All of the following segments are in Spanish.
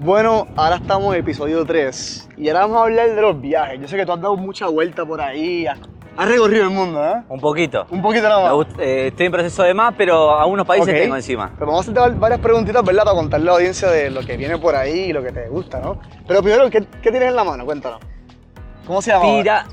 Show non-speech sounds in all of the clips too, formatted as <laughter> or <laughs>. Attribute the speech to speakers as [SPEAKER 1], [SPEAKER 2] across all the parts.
[SPEAKER 1] Bueno, ahora estamos en episodio 3 y ahora vamos a hablar de los viajes. Yo sé que tú has dado mucha vuelta por ahí, has, has recorrido el mundo, ¿eh?
[SPEAKER 2] Un poquito.
[SPEAKER 1] Un poquito nada
[SPEAKER 2] Me
[SPEAKER 1] más.
[SPEAKER 2] gust- eh, estoy en proceso de más, pero a unos países
[SPEAKER 1] Ok.
[SPEAKER 2] tengo encima.
[SPEAKER 1] Pero vamos a hacerte varias preguntitas, ¿verdad? Para contarle a la audiencia de lo que viene por ahí y lo que te gusta, ¿no? Pero primero, ¿qué, qué tienes en la mano? Cuéntanos. ¿Cómo se llama?
[SPEAKER 2] Pira-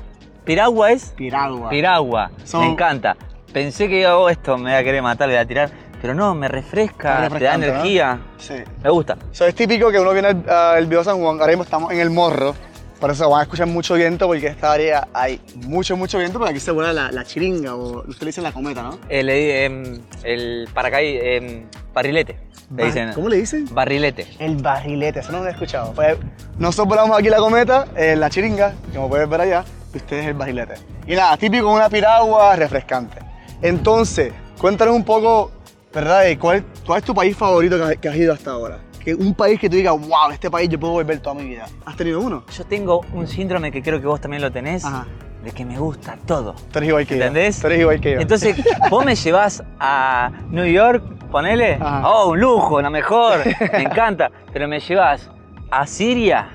[SPEAKER 2] piragua es
[SPEAKER 1] Piragua.
[SPEAKER 2] piragua.
[SPEAKER 1] Son-
[SPEAKER 2] Me encanta. Pensé que oh, esto me va a querer matar, le voy a tirar. Pero no, me refresca,
[SPEAKER 1] Está
[SPEAKER 2] te da
[SPEAKER 1] refrescante, ¿no?
[SPEAKER 2] energía.
[SPEAKER 1] Sí.
[SPEAKER 2] Me gusta.
[SPEAKER 1] Eso es típico que uno viene al, al Video San Juan, ahora mismo estamos en el morro, por eso van a escuchar mucho viento porque en esta área hay mucho, mucho viento, porque aquí se vuela la, la chiringa o usted le dicen la cometa, ¿no?
[SPEAKER 2] Eh, le di- em, el paracaí, em, barrilete. Le dicen.
[SPEAKER 1] ¿Cómo le dicen?
[SPEAKER 2] Barrilete.
[SPEAKER 1] El barrilete, eso no lo he escuchado. Pues nosotros volamos aquí la cometa, eh, la chiringa, como puedes ver allá, y ustedes el barrilete. Y nada, típico una piragua refrescante. Entonces, cuéntanos un poco, ¿verdad? Eh, ¿Cuál, cuál es tu país favorito que has, que has ido hasta ahora? Que un país que tú digas, wow, este país yo puedo volver toda mi vida. ¿Has tenido uno?
[SPEAKER 2] Yo tengo un síndrome que creo que vos también lo tenés,
[SPEAKER 1] Ajá.
[SPEAKER 2] de que me gusta todo.
[SPEAKER 1] Tú eres igual que
[SPEAKER 2] ¿Entendés?
[SPEAKER 1] yo. Tú eres igual que yo.
[SPEAKER 2] Entonces, vos me llevás a New York, ponele,
[SPEAKER 1] Ajá.
[SPEAKER 2] oh, un lujo,
[SPEAKER 1] <laughs>
[SPEAKER 2] la mejor, me encanta, pero me llevas a Siria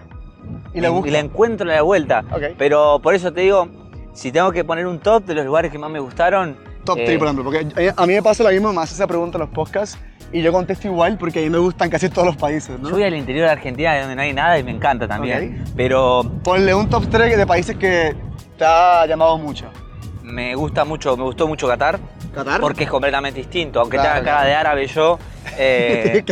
[SPEAKER 1] y le gusta.
[SPEAKER 2] encuentro a la vuelta.
[SPEAKER 1] Ok.
[SPEAKER 2] Pero por eso te digo, si tengo que poner un top de los lugares que más me gustaron,
[SPEAKER 1] Top
[SPEAKER 2] eh,
[SPEAKER 1] 3, por ejemplo, porque a a mí me pasa lo mismo, me hace esa pregunta en los podcasts y yo contesto igual porque a mí me gustan casi todos los países, ¿no?
[SPEAKER 2] yo voy al interior de Argentina donde no hay nada y me encanta también, pero
[SPEAKER 1] Ponle un top 3 de países que te ha llamado mucho.
[SPEAKER 2] me gusta mucho, me gustó mucho Qatar.
[SPEAKER 1] ¿Qatar? <laughs>
[SPEAKER 2] Porque es completamente distinto, aunque
[SPEAKER 1] Claro,
[SPEAKER 2] tenga cara
[SPEAKER 1] claro.
[SPEAKER 2] de árabe yo, eh,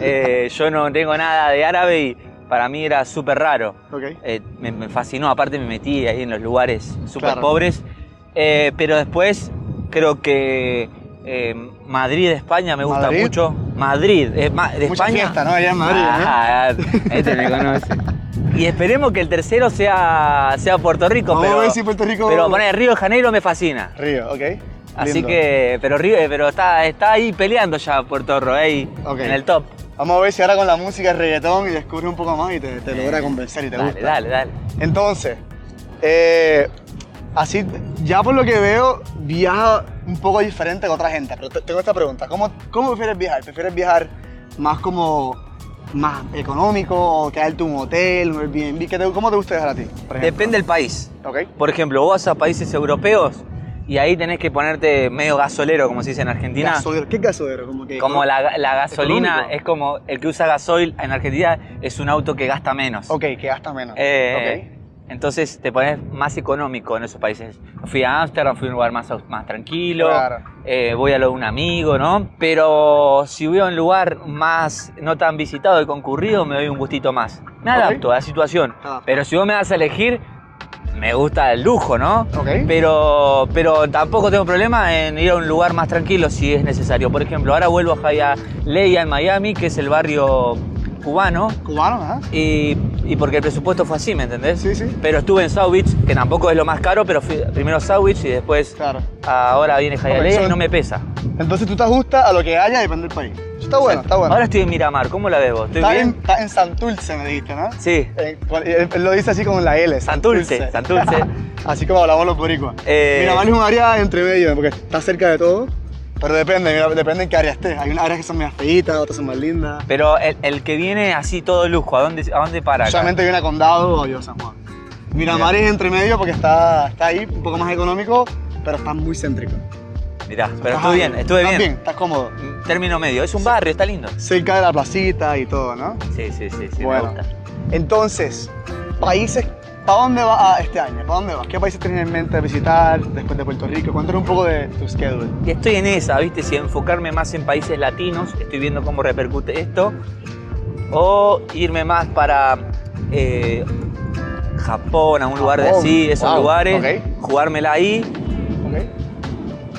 [SPEAKER 2] eh, yo no tengo nada de árabe y para mí era súper raro.
[SPEAKER 1] <laughs> Ok.
[SPEAKER 2] Eh, me, me fascinó, aparte me metí ahí en los lugares súper
[SPEAKER 1] Claro.
[SPEAKER 2] pobres. Eh, pero después creo que eh, Madrid, España me gusta
[SPEAKER 1] ¿Madrid?
[SPEAKER 2] mucho. Madrid, eh, ma- de
[SPEAKER 1] Mucha
[SPEAKER 2] España.
[SPEAKER 1] fiesta, ¿no? Allá en Madrid,
[SPEAKER 2] Ah, este me conoce. Y esperemos que el tercero sea, sea Puerto Rico,
[SPEAKER 1] Vamos
[SPEAKER 2] pero,
[SPEAKER 1] a ver si Puerto Rico...
[SPEAKER 2] pero poner Río de Janeiro me fascina.
[SPEAKER 1] Río, ok.
[SPEAKER 2] Así
[SPEAKER 1] Lindo.
[SPEAKER 2] que, pero Río, eh, pero está, está ahí peleando ya Puerto Rico, eh, ahí
[SPEAKER 1] Ok.
[SPEAKER 2] en el top.
[SPEAKER 1] Vamos a ver si ahora con la música el reggaetón y descubre un poco más y te, te logra convencer y te
[SPEAKER 2] Eh, dale,
[SPEAKER 1] gusta.
[SPEAKER 2] dale, dale.
[SPEAKER 1] Entonces, eh, así, ya por lo que veo, viaja un poco diferente que otra gente. Pero te- tengo esta pregunta: ¿cómo, cómo prefieres viajar? ¿Prefieres viajar más como más económico o quedarte en un hotel, un Airbnb? ¿Qué te- ¿Cómo te gusta viajar a ti? por ejemplo?
[SPEAKER 2] Depende del país.
[SPEAKER 1] ¿Ok?
[SPEAKER 2] Por ejemplo, vos vas a países europeos y ahí tenés que ponerte medio gasolero, como se dice en Argentina.
[SPEAKER 1] Gasolero. ¿Qué gasolero? Como, que,
[SPEAKER 2] como la, la gasolina
[SPEAKER 1] eh, Económico.
[SPEAKER 2] es como el que usa gasoil en Argentina es un auto que gasta menos.
[SPEAKER 1] Ok, que gasta menos.
[SPEAKER 2] Eh, Entonces te pones más económico en esos países. Fui a Ámsterdam, fui a un lugar más, aus- más tranquilo.
[SPEAKER 1] Claro.
[SPEAKER 2] eh, voy a lo de un amigo, ¿no? Pero si voy a un lugar más no tan visitado y concurrido, me doy un gustito más. Me
[SPEAKER 1] Ok. Ah.
[SPEAKER 2] adapto a la situación.
[SPEAKER 1] Te adaptas.
[SPEAKER 2] Pero si vos me das a elegir, me gusta el lujo, ¿no?
[SPEAKER 1] Ok.
[SPEAKER 2] Pero, pero tampoco tengo problema en ir a un lugar más tranquilo si es necesario. Por ejemplo, ahora vuelvo a Jaya Leia en Miami, que es el barrio cubano.
[SPEAKER 1] Cubano, ¿ah? ajá.
[SPEAKER 2] Y, y porque el presupuesto fue así, ¿me entendés?
[SPEAKER 1] Sí, sí.
[SPEAKER 2] Pero estuve en South Beach, que tampoco es lo más caro, pero fui primero a South Beach y después
[SPEAKER 1] Claro.
[SPEAKER 2] ahora viene Jaya
[SPEAKER 1] Ok,
[SPEAKER 2] Leia
[SPEAKER 1] son-
[SPEAKER 2] y no me pesa.
[SPEAKER 1] Entonces tú te ajustas a lo que haya, depende del país. Eso está bueno, está bueno.
[SPEAKER 2] Ahora estoy en Miramar, ¿cómo la ves vos? ¿Estoy
[SPEAKER 1] está,
[SPEAKER 2] bien?
[SPEAKER 1] En, está en Santurce, me dijiste, ¿no?
[SPEAKER 2] Sí,
[SPEAKER 1] Eh, con- él, él lo dice así como en la L.
[SPEAKER 2] Santulce, Santulce.
[SPEAKER 1] <laughs> Así como hablamos los boricuas.
[SPEAKER 2] Eh,
[SPEAKER 1] Mira, vale es un área entre medio, porque está cerca de todo. Pero depende, mira, depende en qué área estés. Hay unas áreas que son más feitas, otras son más lindas.
[SPEAKER 2] Pero el, el que viene así todo lujo, ¿a dónde, a dónde para? acá?
[SPEAKER 1] Solamente viene a Condado o yo San Juan. Miramar es entre medio porque está, está ahí, un poco más económico, pero está muy céntrico.
[SPEAKER 2] Mirá, pero
[SPEAKER 1] Estás
[SPEAKER 2] estuve
[SPEAKER 1] ahí,
[SPEAKER 2] bien, estuve
[SPEAKER 1] estás
[SPEAKER 2] bien.
[SPEAKER 1] Estás cómodo.
[SPEAKER 2] Término medio, es un barrio, está lindo.
[SPEAKER 1] Cerca de la placita y todo, ¿no?
[SPEAKER 2] Sí, sí, sí, sí, me
[SPEAKER 1] Bueno,
[SPEAKER 2] gusta.
[SPEAKER 1] entonces, países, ¿para dónde vas ah, este año? ¿Para dónde vas? ¿Qué países tienes en mente visitar después de Puerto Rico? Cuéntanos un poco de tu schedule.
[SPEAKER 2] Y estoy en esa, ¿viste? Si enfocarme más en países latinos, estoy viendo cómo repercute esto, o irme más para eh, Japón, a un lugar de
[SPEAKER 1] Japón,
[SPEAKER 2] así, esos
[SPEAKER 1] wow,
[SPEAKER 2] lugares,
[SPEAKER 1] ok.
[SPEAKER 2] jugármela ahí,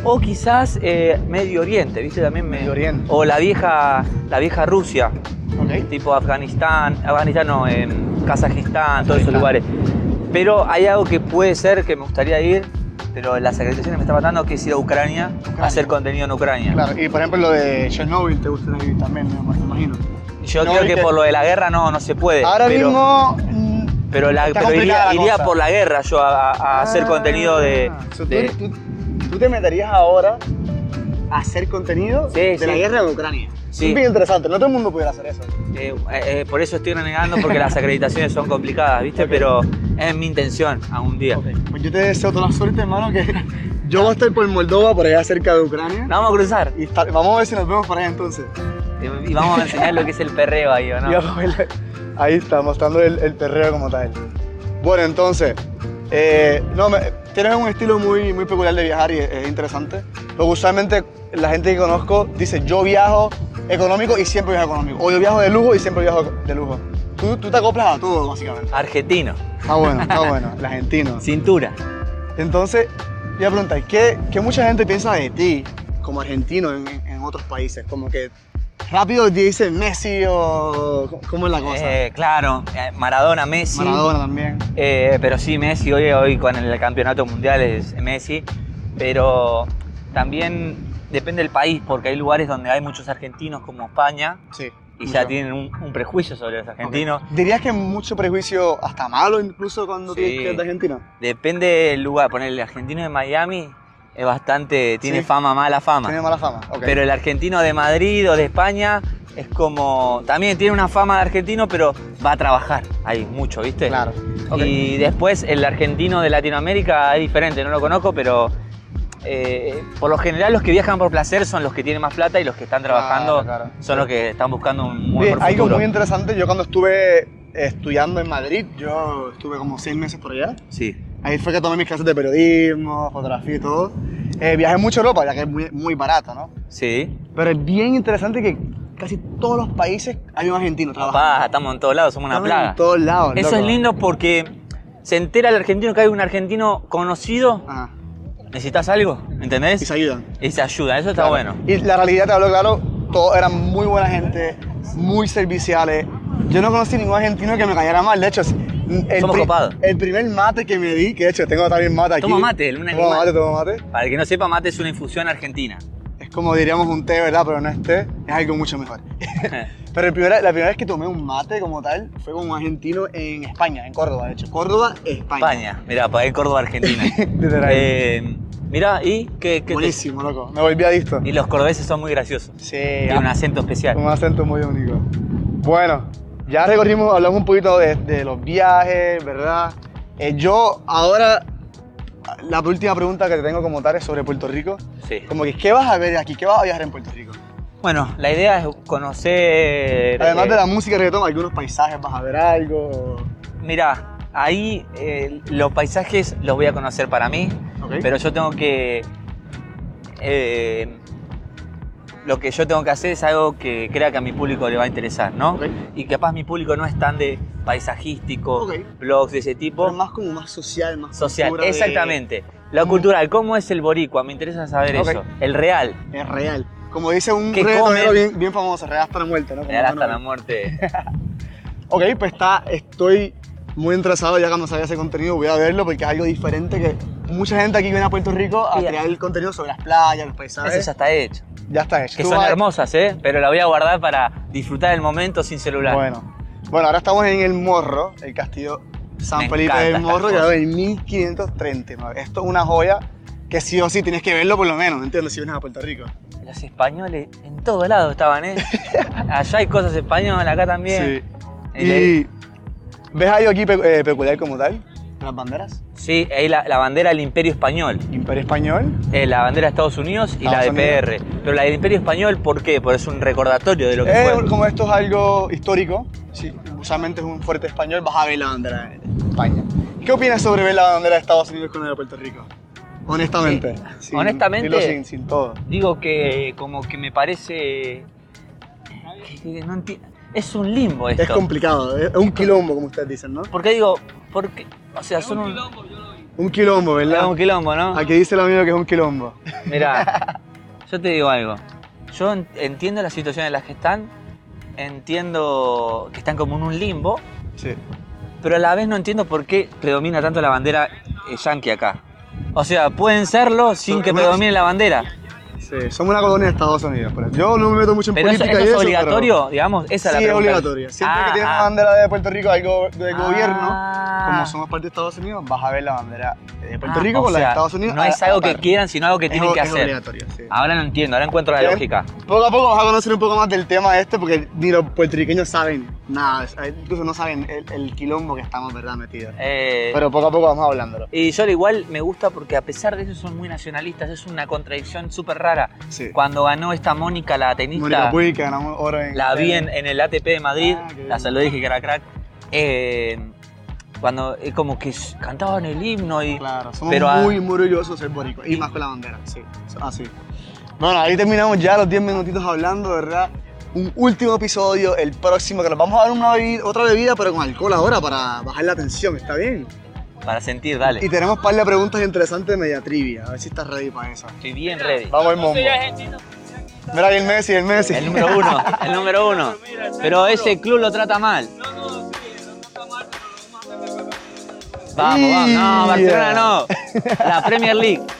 [SPEAKER 2] o quizás eh, Medio Oriente, ¿viste? También me-
[SPEAKER 1] Medio Oriente.
[SPEAKER 2] O la vieja, la vieja Rusia,
[SPEAKER 1] Ok,
[SPEAKER 2] tipo Afganistán, Afganistán no, en Kazajistán, todos
[SPEAKER 1] Afganistán.
[SPEAKER 2] esos lugares. Pero hay algo que puede ser que me gustaría ir, pero la secretaria me está matando, que es ir a Ucrania,
[SPEAKER 1] Ucrania.
[SPEAKER 2] a hacer contenido en Ucrania.
[SPEAKER 1] claro. Y por ejemplo lo de Chernobyl te gusta ir también, me me imagino.
[SPEAKER 2] Yo
[SPEAKER 1] No,
[SPEAKER 2] creo
[SPEAKER 1] viste.
[SPEAKER 2] que por lo de la guerra no, no se puede.
[SPEAKER 1] Ahora
[SPEAKER 2] pero,
[SPEAKER 1] mismo... mm,
[SPEAKER 2] pero, la-
[SPEAKER 1] está
[SPEAKER 2] pero
[SPEAKER 1] complicada
[SPEAKER 2] iría,
[SPEAKER 1] la
[SPEAKER 2] iría
[SPEAKER 1] cosa.
[SPEAKER 2] por la guerra yo a, a- a hacer
[SPEAKER 1] ah,
[SPEAKER 2] contenido de...
[SPEAKER 1] so tú-
[SPEAKER 2] de-
[SPEAKER 1] tú, tú te meterías ahora a hacer contenido
[SPEAKER 2] Sí,
[SPEAKER 1] de la
[SPEAKER 2] sí.
[SPEAKER 1] guerra de Ucrania.
[SPEAKER 2] Sí.
[SPEAKER 1] Es bien interesante, no todo el mundo pudiera hacer eso.
[SPEAKER 2] Eh, eh, eh, por eso estoy renegando, porque las acreditaciones son complicadas, ¿viste? Pero es mi intención a un día.
[SPEAKER 1] Ok, Pues yo te deseo toda la suerte, hermano, que <laughs> yo voy a estar por Moldova, por allá cerca de Ucrania.
[SPEAKER 2] Nos vamos a cruzar
[SPEAKER 1] Y tal- vamos a ver si nos vemos por allá entonces.
[SPEAKER 2] y vamos a enseñar lo que es el perreo ahí, ¿o
[SPEAKER 1] Y
[SPEAKER 2] no?
[SPEAKER 1] vamos a bailar. pues, Ahí está, mostrando el, el perreo como tal. Bueno, entonces, eh, no, me- tienes un estilo muy, muy peculiar de viajar y es, es interesante. Porque usualmente la gente que conozco dice, yo viajo económico y siempre viajo económico. O yo viajo de lujo y siempre viajo de lujo. Tú, tú te acoplas a todo, básicamente.
[SPEAKER 2] Argentino,
[SPEAKER 1] Está bueno, está bueno, el argentino.
[SPEAKER 2] cintura.
[SPEAKER 1] Entonces, voy a preguntar, ¿qué, qué mucha gente piensa de ti como argentino en, en otros países? Como que rápido dicen Messi o... ¿Cómo es la cosa?
[SPEAKER 2] Eh, claro, eh, Maradona, Messi.
[SPEAKER 1] Maradona también.
[SPEAKER 2] Eh, pero sí, Messi, hoy, hoy con el campeonato mundial es Messi, pero también depende del país, porque hay lugares donde hay muchos argentinos como España
[SPEAKER 1] Sí.
[SPEAKER 2] y
[SPEAKER 1] mucho.
[SPEAKER 2] ya tienen un, un prejuicio sobre los argentinos.
[SPEAKER 1] Ok. ¿Dirías que mucho prejuicio, hasta malo incluso cuando
[SPEAKER 2] Sí.
[SPEAKER 1] tú dices que eres de Argentina?
[SPEAKER 2] Depende del lugar, poner el argentino de Miami es bastante, tiene
[SPEAKER 1] Sí.
[SPEAKER 2] fama, mala fama.
[SPEAKER 1] Tiene mala fama. ok.
[SPEAKER 2] Pero el argentino de Madrid o de España es como, también tiene una fama de argentino, pero va a trabajar ahí mucho, ¿viste?
[SPEAKER 1] Claro. Ok.
[SPEAKER 2] eh, Y después el argentino de Latinoamérica es diferente, no lo conozco, pero eh, por lo general los que viajan por placer son los que tienen más plata y los que están
[SPEAKER 1] Claro,
[SPEAKER 2] trabajando
[SPEAKER 1] claro.
[SPEAKER 2] son los que están buscando un
[SPEAKER 1] Oye,
[SPEAKER 2] mejor
[SPEAKER 1] algo
[SPEAKER 2] futuro.
[SPEAKER 1] muy interesante, yo cuando estuve estudiando en Madrid, yo estuve como seis meses por allá.
[SPEAKER 2] Sí.
[SPEAKER 1] Ahí fue que tomé mis clases de periodismo, fotografía y todo. Eh, viajé mucho a Europa, ya que es muy, muy barato, ¿no?
[SPEAKER 2] Sí.
[SPEAKER 1] Pero es bien interesante que casi todos los países hay un argentino trabajando.
[SPEAKER 2] Papá, estamos en todos lados, somos una
[SPEAKER 1] Estamos
[SPEAKER 2] plaga.
[SPEAKER 1] En todos lados.
[SPEAKER 2] Eso
[SPEAKER 1] loco.
[SPEAKER 2] es lindo porque se entera el argentino que hay un argentino conocido,
[SPEAKER 1] Ajá.
[SPEAKER 2] necesitas algo, ¿entendés?
[SPEAKER 1] Y se ayudan.
[SPEAKER 2] Y se ayuda, eso está
[SPEAKER 1] Claro.
[SPEAKER 2] bueno.
[SPEAKER 1] Y la realidad, te hablo claro, todos eran muy buena gente, muy serviciales. Yo no conocí ningún argentino que me cayera mal. De hecho, el,
[SPEAKER 2] Somos
[SPEAKER 1] pri-
[SPEAKER 2] copados.
[SPEAKER 1] el primer mate que me di, que de hecho tengo también mate aquí.
[SPEAKER 2] Toma mate, el- un
[SPEAKER 1] Toma
[SPEAKER 2] animal.
[SPEAKER 1] mate, toma mate.
[SPEAKER 2] Para el que no sepa, mate es una
[SPEAKER 1] <laughs>
[SPEAKER 2] infusión argentina.
[SPEAKER 1] Es como diríamos un té, ¿verdad? Pero no es té, es algo mucho mejor. Pero el primera- la primera vez que tomé un mate como tal fue con un argentino en España, en Córdoba, de hecho. Córdoba, España.
[SPEAKER 2] España, mira, para el Córdoba, Argentina.
[SPEAKER 1] <laughs> Literal.
[SPEAKER 2] eh, mira, ¿y qué, qué te-
[SPEAKER 1] Buenísimo, loco. Me volví adicto.
[SPEAKER 2] Y los cordobeses son muy graciosos.
[SPEAKER 1] Sí, ah,
[SPEAKER 2] Tienen un acento especial.
[SPEAKER 1] Un acento muy único. Bueno, ya recorrimos, hablamos un poquito de, de los viajes, ¿verdad? Eh, yo ahora, la última pregunta que te tengo como tal es sobre Puerto Rico.
[SPEAKER 2] Sí.
[SPEAKER 1] Como que, ¿qué vas a ver aquí? ¿Qué vas a viajar en Puerto Rico?
[SPEAKER 2] Bueno, la idea es conocer.
[SPEAKER 1] Además
[SPEAKER 2] eh,
[SPEAKER 1] de la música y reggaetón, algunos paisajes, vas a ver algo.
[SPEAKER 2] Mira, ahí eh, los paisajes los voy a conocer para mí,
[SPEAKER 1] Ok.
[SPEAKER 2] pero yo tengo que. eh, lo que yo tengo que hacer es algo que crea que a mi público le va a interesar, ¿no?
[SPEAKER 1] Ok.
[SPEAKER 2] Y capaz mi público no es tan de paisajístico,
[SPEAKER 1] Ok.
[SPEAKER 2] blogs de ese tipo.
[SPEAKER 1] Pero más como más social, más
[SPEAKER 2] Social,
[SPEAKER 1] cultura de-
[SPEAKER 2] exactamente. Lo cultural, ¿cómo es el boricua? Me interesa saber
[SPEAKER 1] Ok.
[SPEAKER 2] eso. El real,
[SPEAKER 1] Es real. Como dice un
[SPEAKER 2] ¿Qué
[SPEAKER 1] reggaetonero
[SPEAKER 2] comen?
[SPEAKER 1] bien, bien famoso, real hasta la muerte, ¿no? Como
[SPEAKER 2] real hasta
[SPEAKER 1] Manuel. <laughs>
[SPEAKER 2] la muerte.
[SPEAKER 1] Ok, pues está, estoy muy interesado ya cuando salga ese contenido, voy a verlo porque es algo diferente que mucha gente aquí viene a Puerto Rico a
[SPEAKER 2] Sí,
[SPEAKER 1] crear el contenido sobre las playas, los
[SPEAKER 2] Eso
[SPEAKER 1] paisajes.
[SPEAKER 2] ya está hecho.
[SPEAKER 1] Ya está hecho.
[SPEAKER 2] Que
[SPEAKER 1] Tú
[SPEAKER 2] son
[SPEAKER 1] vas-
[SPEAKER 2] hermosas, ¿eh? Pero la voy a guardar para disfrutar el momento sin celular.
[SPEAKER 1] Bueno. bueno, ahora estamos en El Morro, el castillo San
[SPEAKER 2] Me
[SPEAKER 1] Felipe
[SPEAKER 2] encanta
[SPEAKER 1] del
[SPEAKER 2] esta
[SPEAKER 1] Morro,
[SPEAKER 2] cosa.
[SPEAKER 1] creado en 1539. Esto es una joya que sí o sí tienes que verlo por lo menos, ¿entiendes? Si vienes a Puerto Rico.
[SPEAKER 2] Los españoles en todos lados
[SPEAKER 1] <laughs>
[SPEAKER 2] estaban, ¿eh? Allá hay cosas españolas, acá también.
[SPEAKER 1] Sí. Y ves algo aquí pe- eh, peculiar como tal, las banderas.
[SPEAKER 2] Sí, ahí la, la bandera del Imperio Español.
[SPEAKER 1] Imperio Español.
[SPEAKER 2] Eh, la bandera de Estados Unidos y
[SPEAKER 1] Estados
[SPEAKER 2] la de PR. Pero la del Imperio Español, ¿por qué? Porque es un recordatorio de lo que
[SPEAKER 1] Eh,
[SPEAKER 2] fue.
[SPEAKER 1] como esto es algo histórico, sí, usualmente es un fuerte español, vas a ver la bandera de España. ¿Qué opinas sobre ver la bandera de Estados Unidos con la de Puerto Rico? Honestamente.
[SPEAKER 2] Eh,
[SPEAKER 1] sin-
[SPEAKER 2] honestamente-
[SPEAKER 1] dilo sin, sin todo.
[SPEAKER 2] Digo que como que me parece... que- que no enti- Es un limbo esto.
[SPEAKER 1] Es complicado, eh, es es un quilombo, como ustedes dicen, ¿no?
[SPEAKER 2] Porque digo, porque... O sea, son un...
[SPEAKER 1] Un quilombo,
[SPEAKER 2] Es
[SPEAKER 1] ¿verdad?
[SPEAKER 2] un quilombo, ¿no?
[SPEAKER 1] Aquí dice el amigo que es un quilombo. <laughs>
[SPEAKER 2] Mirá, yo te digo algo. Yo en- entiendo la situación en la que están, entiendo que están como en un limbo,
[SPEAKER 1] Sí.
[SPEAKER 2] pero a la vez no entiendo por qué predomina tanto la bandera eh, yankee acá. O sea, pueden serlo sin que
[SPEAKER 1] Bueno,
[SPEAKER 2] predomine la bandera.
[SPEAKER 1] Sí, somos una colonia de Estados Unidos. Pero yo no me meto mucho en
[SPEAKER 2] Pero eso,
[SPEAKER 1] política
[SPEAKER 2] eso
[SPEAKER 1] y
[SPEAKER 2] es
[SPEAKER 1] eso,
[SPEAKER 2] obligatorio, digamos, esa
[SPEAKER 1] Pero...
[SPEAKER 2] es la
[SPEAKER 1] Sí, es
[SPEAKER 2] pregunta.
[SPEAKER 1] obligatorio. Siempre
[SPEAKER 2] Ah,
[SPEAKER 1] que tienes
[SPEAKER 2] ah.
[SPEAKER 1] una bandera de Puerto Rico, algo de gobierno,
[SPEAKER 2] Ah.
[SPEAKER 1] como somos parte de Estados Unidos, vas a ver la bandera de Puerto
[SPEAKER 2] Ah,
[SPEAKER 1] Rico
[SPEAKER 2] o
[SPEAKER 1] con la de
[SPEAKER 2] sea,
[SPEAKER 1] Estados Unidos.
[SPEAKER 2] No
[SPEAKER 1] a-
[SPEAKER 2] es algo
[SPEAKER 1] a
[SPEAKER 2] que
[SPEAKER 1] par.
[SPEAKER 2] quieran, sino algo que
[SPEAKER 1] Es
[SPEAKER 2] tienen
[SPEAKER 1] o-
[SPEAKER 2] que
[SPEAKER 1] es
[SPEAKER 2] hacer.
[SPEAKER 1] obligatorio, sí.
[SPEAKER 2] Ahora lo entiendo, ahora encuentro la
[SPEAKER 1] ¿Qué?
[SPEAKER 2] lógica.
[SPEAKER 1] Poco a poco vas a conocer un poco más del tema este, porque ni los puertorriqueños saben nada, es- incluso no saben el, el quilombo que estamos, ¿verdad?, metidos.
[SPEAKER 2] Eh,
[SPEAKER 1] Pero poco a poco vamos hablándolo.
[SPEAKER 2] y yo al igual me gusta porque a pesar de eso son muy nacionalistas, es una contradicción súper rara.
[SPEAKER 1] Sí.
[SPEAKER 2] Cuando ganó esta Mónica, la tenista,
[SPEAKER 1] Mónica Puig, pues, que ganamos oro en...
[SPEAKER 2] la vi en, en el ATP de Madrid,
[SPEAKER 1] Ah, qué bien.
[SPEAKER 2] la saludé y dije que era crack. Eh, cuando eh, como que s- cantaban el himno y...
[SPEAKER 1] Claro, somos
[SPEAKER 2] Pero a-
[SPEAKER 1] muy, muy orgullosos de ser boricuas, y más con la bandera, sí, así. Bueno, ahí terminamos ya los 10 minutitos hablando, ¿verdad? Un último episodio, el próximo, que nos vamos a dar una bebi- otra bebida, pero con alcohol ahora, para bajar la tensión, ¿está bien?
[SPEAKER 2] Para sentir, dale.
[SPEAKER 1] Y tenemos par de preguntas interesantes de media trivia, a ver si estás ready para eso.
[SPEAKER 2] Estoy bien ready.
[SPEAKER 1] Vamos el mombo. Mira ahí el Messi, el Messi.
[SPEAKER 2] El número uno, el número uno. Pero ese club lo trata mal. Vamos, vamos. No, Barcelona no. La Premier League.